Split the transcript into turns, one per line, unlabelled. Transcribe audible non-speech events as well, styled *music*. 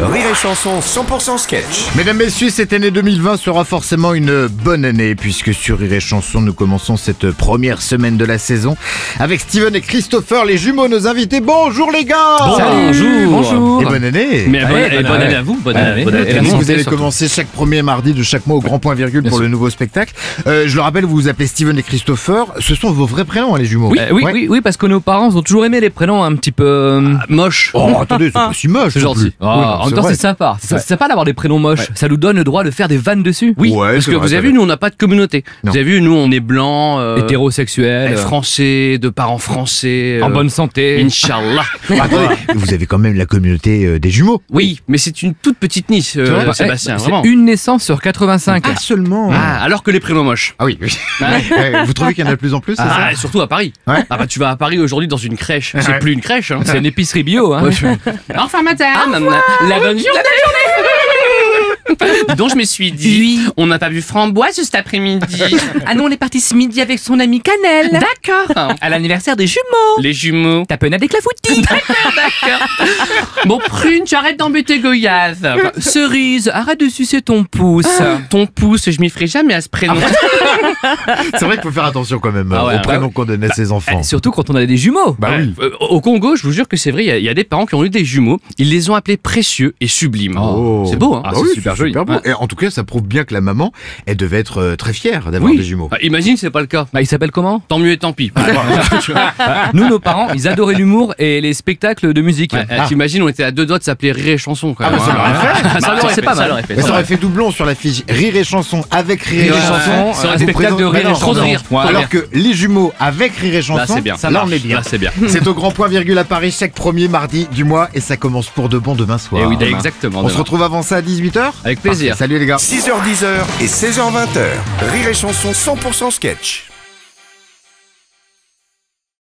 Rire et Chanson 100% sketch.
Mesdames, Messieurs, cette année 2020 sera forcément une bonne année puisque sur Rire et Chanson, nous commençons cette première semaine de la saison avec Steven et Christopher, les jumeaux, nos invités. Bonjour les gars
Bonjour. Bonjour.
Et bonne année
Mais bonne,
Ouais,
et
bonne
bonne
année.
année à vous, bonne
Ouais,
année.
ben, eh bonne année.
Et
la
donc,
santé,
Eh, vous allez
surtout.
commencer chaque premier mardi de chaque mois au grand point virgule pour le nouveau spectacle. Euh, je le rappelle, vous vous appelez Steven et Christopher. Ce sont vos vrais prénoms, hein, les jumeaux.
Oui,
Ouais.
oui, oui, oui, parce que nos parents ils ont toujours aimé les prénoms un petit peu euh, moches.
Oh, attendez, c'est pas si moche.
C'est
non
gentil.
plus.
Ah,
Oui,
en même temps,
vrai.
c'est sympa. C'est c'est sympa d'avoir des prénoms moches. Ça nous donne le droit de faire des vannes dessus.
Oui, Ouais,
Parce
c'est
que
vrai,
vous
c'est
avez
vrai.
vu, nous on n'a pas de communauté.
Non.
Vous avez vu, nous on est blancs, euh,
Hétérosexuel.
euh,
euh,
français, de parents français,
en
euh,
bonne santé. *laughs*
Inch'Allah.
Attendez,
Ah,
vous avez quand même la communauté euh, des jumeaux.
oui, mais c'est une toute petite niche, euh,
Tu vois, bah,
Sébastien,
eh,
vraiment.
c'est une naissance sur 85.
seulement.
Ah, alors que les prénoms moches.
Ah oui,
*laughs*
oui. Ouais, Vous trouvez qu'il y en a de plus en plus, c'est
Ah,
ça
et surtout à Paris.
Ouais.
Ah bah tu vas à Paris aujourd'hui dans une crèche. C'est
Ouais.
plus une crèche. Hein. *laughs*
C'est une épicerie bio. Hein.
Enfin madame, la bonne journée. Dis Donc je me suis dit, on n'a pas vu framboise cet *laughs* après-midi.
Ah non, on est parti ce midi avec son ami Canel.
D'accord.
À l'anniversaire des jumeaux.
Les jumeaux.
T'as peine avec la foutille.
Bon, prune, j'arrête d'embêter Goyave.
Cerise, arrête de sucer ton pouce.
Ton pouce, je m'y ferai jamais à ce prénom.
C'est vrai qu'il faut faire attention quand même
Ah ouais,
euh, aux
ouais.
prénoms qu'on donne à ses enfants.
Eh, Surtout quand on a des jumeaux.
Bah oui.
Euh, Au Congo, je vous jure que c'est vrai, il y a- il y, a des parents qui ont eu des jumeaux, ils les ont appelés précieux et sublimes.
Oh.
C'est beau, hein
Ah
C'est
oui, beau. Et en tout cas, ça prouve bien que la maman, elle devait être euh, très fière d'avoir
Oui.
des jumeaux.
Bah, imagine, c'est pas le cas.
Bah, il s'appelle comment
Tant mieux et tant pis.
Ah,
Nous, nos parents, ils adoraient l'humour et les spectacles de musique.
Ouais, euh, T'imagines, on était à deux doigts de s'appeler Rire et Chanson. Quand même,
Ah. bah, ça
hein.
l'aurait fait.
Ah, *laughs* ça l'aurait
c'est
fait,
pas
ça
mal.
l'aurait fait.
Mais
ça
ça
l'aurait
aurait fait doublon sur la fiche Rire et chanson avec Rire et,
Rire et
chanson.
chanson,
euh,
un
des
spectacle de
présents-
Rire et
Bah non,
chanson.
chanson.
Ouais.
Alors que les jumeaux avec Rire et chanson,
Là, c'est bien. Ça
là on
marche.
est bien.
*laughs* Là, c'est bien.
C'est au grand point virgule à Paris chaque premier mardi du mois et ça commence pour de bon demain soir.
Eh oui, exactement.
On se
demain.
retrouve avant ça à 18h
Avec plaisir.
Salut les gars.
6h10 et 16h20. Rire et Chanson 100% sketch.